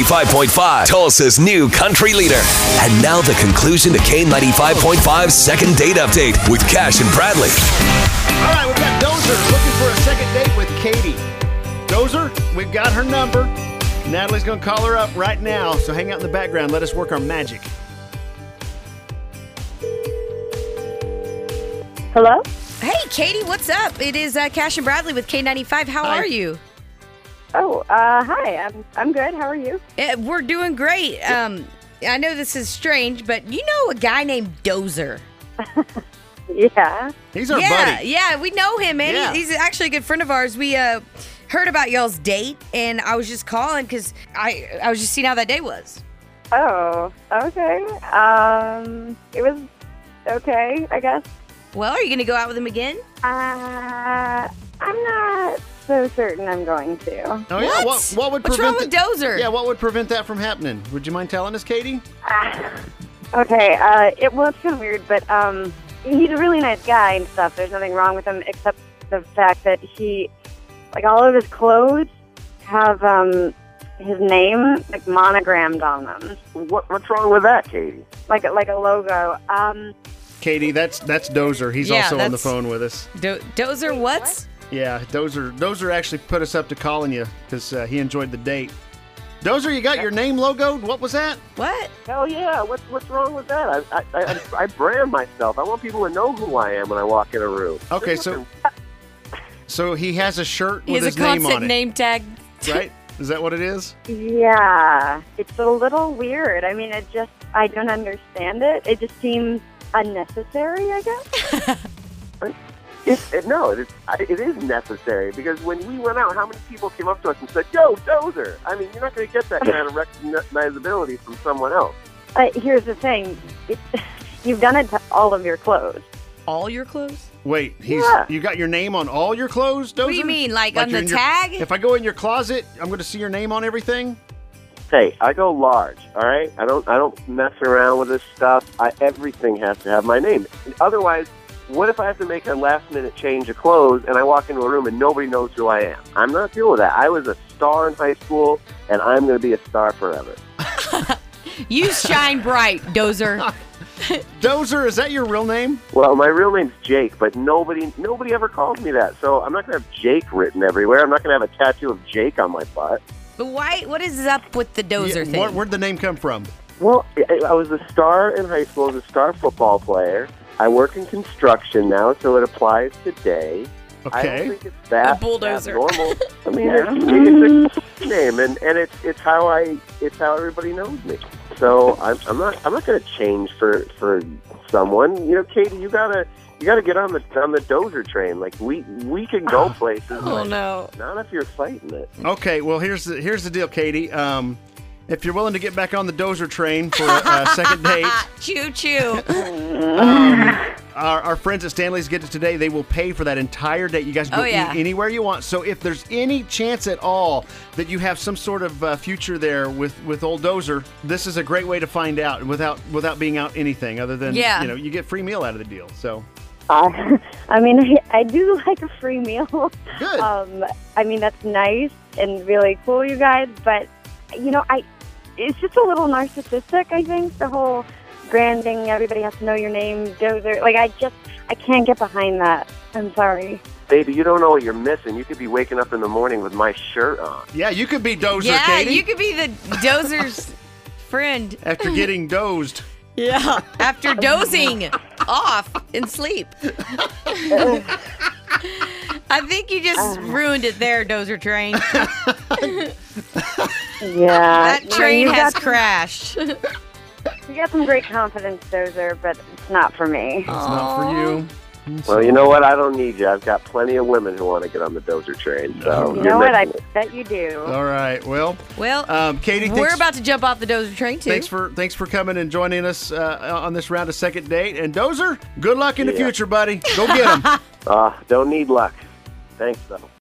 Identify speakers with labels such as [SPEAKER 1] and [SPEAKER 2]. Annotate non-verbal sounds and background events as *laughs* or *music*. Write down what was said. [SPEAKER 1] K95.5, Tulsa's new country leader. And now the conclusion to K95.5's second date update with Cash and Bradley.
[SPEAKER 2] All right, we've got Dozer looking for a second date with Katie. Dozer, we've got her number. Natalie's going to call her up right now. So hang out in the background. Let us work our magic.
[SPEAKER 3] Hello?
[SPEAKER 4] Hey, Katie, what's up? It is uh, Cash and Bradley with K95. How
[SPEAKER 2] Hi.
[SPEAKER 4] are you?
[SPEAKER 3] Oh, uh, hi. I'm I'm good. How are you?
[SPEAKER 4] Eh, we're doing great. Um, I know this is strange, but you know a guy named Dozer.
[SPEAKER 3] Yeah.
[SPEAKER 2] He's our
[SPEAKER 4] yeah,
[SPEAKER 2] buddy.
[SPEAKER 4] yeah, we know him, man.
[SPEAKER 2] Yeah.
[SPEAKER 4] He- He's actually a good friend of ours. We uh, heard about y'all's date, and I was just calling because I I was just seeing how that day was.
[SPEAKER 3] Oh, okay. Um, it was okay, I guess.
[SPEAKER 4] Well, are you gonna go out with him again?
[SPEAKER 3] Uh, I'm not so certain I'm going to.
[SPEAKER 2] Oh, yeah.
[SPEAKER 4] What?
[SPEAKER 2] What, what would
[SPEAKER 4] What's
[SPEAKER 2] prevent
[SPEAKER 4] wrong with
[SPEAKER 2] that-
[SPEAKER 4] Dozer?
[SPEAKER 2] Yeah, what would prevent that from happening? Would you mind telling us, Katie?
[SPEAKER 3] Ah, okay. Uh, it well, it's kind of weird, but um, he's a really nice guy and stuff. There's nothing wrong with him except the fact that he, like, all of his clothes have um his name like monogrammed on them,
[SPEAKER 5] What, what's wrong with that, Katie?
[SPEAKER 3] like like a logo. Um.
[SPEAKER 2] Katie, that's that's Dozer. He's
[SPEAKER 4] Yeah,
[SPEAKER 2] also on the
[SPEAKER 4] that's-
[SPEAKER 2] phone with us.
[SPEAKER 4] Do- Dozer, what's?
[SPEAKER 2] Yeah, Dozer. Dozer actually put us up to calling you because uh, he enjoyed the date. Dozer, you got your name logoed. What was that?
[SPEAKER 4] What?
[SPEAKER 5] Hell yeah! What's what's wrong with that? I I, I, I brand myself. I want people to know who I am when I walk in a room.
[SPEAKER 2] Okay, so so he has a shirt
[SPEAKER 4] He
[SPEAKER 2] with his
[SPEAKER 4] has a
[SPEAKER 2] name
[SPEAKER 4] constant
[SPEAKER 2] on it,
[SPEAKER 4] name, tag.
[SPEAKER 2] *laughs* right? Is that what it is?
[SPEAKER 3] Yeah, it's a little weird. I mean, it just, I don't understand it. It just seems unnecessary, I guess.
[SPEAKER 5] It's, it, no, it is, I- it is necessary because when we went out, how many people came up to us and said, "Yo, Dozer"? I mean, you're not going to get that kind of *laughs* recognizability from someone else.
[SPEAKER 3] Uh, here's the thing it, *laughs* you've done it to all of your clothes.
[SPEAKER 4] All your clothes?
[SPEAKER 2] Wait, he's
[SPEAKER 5] Yeah.
[SPEAKER 2] you got your name on all your clothes, Dozer?
[SPEAKER 4] What do you mean, like, on
[SPEAKER 2] you're
[SPEAKER 4] the
[SPEAKER 2] in your-
[SPEAKER 4] tag?
[SPEAKER 2] if I go in your closet, I'm going to see your name on everything.
[SPEAKER 5] Hey, I go large. All right, I don't I don't mess around with this stuff. I everything has to have my name. Otherwise, what if I have to make a last minute change of clothes and I walk into a room and nobody knows who I am? I'm not dealing with that. I was a star in high school, and I'm going to be a star forever.
[SPEAKER 4] You
[SPEAKER 2] *laughs*
[SPEAKER 4] shine bright, Dozer.
[SPEAKER 2] Dozer, is that your real name?
[SPEAKER 5] Well, my real name's Jake, but nobody nobody ever calls me that. So I'm not going to have Jake written everywhere. I'm not going to have a tattoo of Jake on my butt.
[SPEAKER 4] But why? What is up with the Dozer
[SPEAKER 2] Yeah,
[SPEAKER 4] thing?
[SPEAKER 2] where- where'd the name come from?
[SPEAKER 5] Well, I, I was a star in high school, I was a star football player. I work in construction now, so it applies today. I
[SPEAKER 2] Okay.
[SPEAKER 5] don't think it's that,
[SPEAKER 4] A bulldozer.
[SPEAKER 5] that normal.
[SPEAKER 4] *laughs*
[SPEAKER 5] I mean, it's, it's a name, and, and it's it's how I it's how everybody knows me. So I'm, I'm not I'm not going to change for for someone. You know, Katie, you gotta you gotta get on the on the dozer train. Like we we can go places.
[SPEAKER 4] Oh
[SPEAKER 5] but
[SPEAKER 4] no.
[SPEAKER 5] Not if you're fighting it.
[SPEAKER 2] Okay, well here's the, here's the deal, Katie. Um, if you're willing to get back on the Dozer train for a, a second date,
[SPEAKER 4] *laughs* Choo
[SPEAKER 2] *laughs*
[SPEAKER 4] choo.
[SPEAKER 2] our, our friends at Stanley's Get It Today, they will pay for that entire date. You guys can
[SPEAKER 4] Oh,
[SPEAKER 2] go
[SPEAKER 4] yeah.
[SPEAKER 2] eat anywhere you want. So if there's any chance at all that you have some sort of uh, future there with, with old Dozer, this is a great way to find out without without being out anything other than,
[SPEAKER 4] Yeah.
[SPEAKER 2] you know, you get free meal out of the deal. So
[SPEAKER 3] Uh, *laughs* I mean, I, I do like a free meal. *laughs*
[SPEAKER 2] good.
[SPEAKER 3] Um, I mean, that's nice and really cool, you guys, but, you know, I, it's just a little narcissistic, I think, the whole branding, everybody has to know your name, dozer. Like, I just, I can't get behind that. I'm sorry.
[SPEAKER 5] Baby, you don't know what you're missing. You could be waking up in the morning with my shirt on.
[SPEAKER 2] yeah, you could be Dozer,
[SPEAKER 4] yeah,
[SPEAKER 2] Katie.
[SPEAKER 4] you could *laughs* be the
[SPEAKER 2] *laughs*
[SPEAKER 4] Dozer's friend.
[SPEAKER 2] after getting dozed.
[SPEAKER 4] Yeah. *laughs* After dozing off in *laughs* sleep. I think you just ruined it there, Dozer *laughs* Train.
[SPEAKER 3] Yeah.
[SPEAKER 4] That
[SPEAKER 3] you know,
[SPEAKER 4] train
[SPEAKER 3] you
[SPEAKER 4] has
[SPEAKER 3] got-
[SPEAKER 4] *laughs* crashed.
[SPEAKER 3] You got some great confidence, Dozer, but it's not for me.
[SPEAKER 2] It's not for you.
[SPEAKER 5] Well, you know what? I don't need you. I've got plenty of women who want to get on the dozer train. So
[SPEAKER 3] you know what? I
[SPEAKER 5] missing it.
[SPEAKER 3] bet you do.
[SPEAKER 2] All right. Well,
[SPEAKER 4] Well,
[SPEAKER 2] um, Katie,
[SPEAKER 4] we're
[SPEAKER 2] thanks-
[SPEAKER 4] about to jump off the Dozer Train, too.
[SPEAKER 2] Thanks for thanks for coming and joining us uh, on this round of second date. And Dozer, good luck in the
[SPEAKER 5] Yeah.
[SPEAKER 4] *laughs*
[SPEAKER 2] future, buddy. Go get him.
[SPEAKER 5] Ah, Uh, don't need luck. Thanks, though.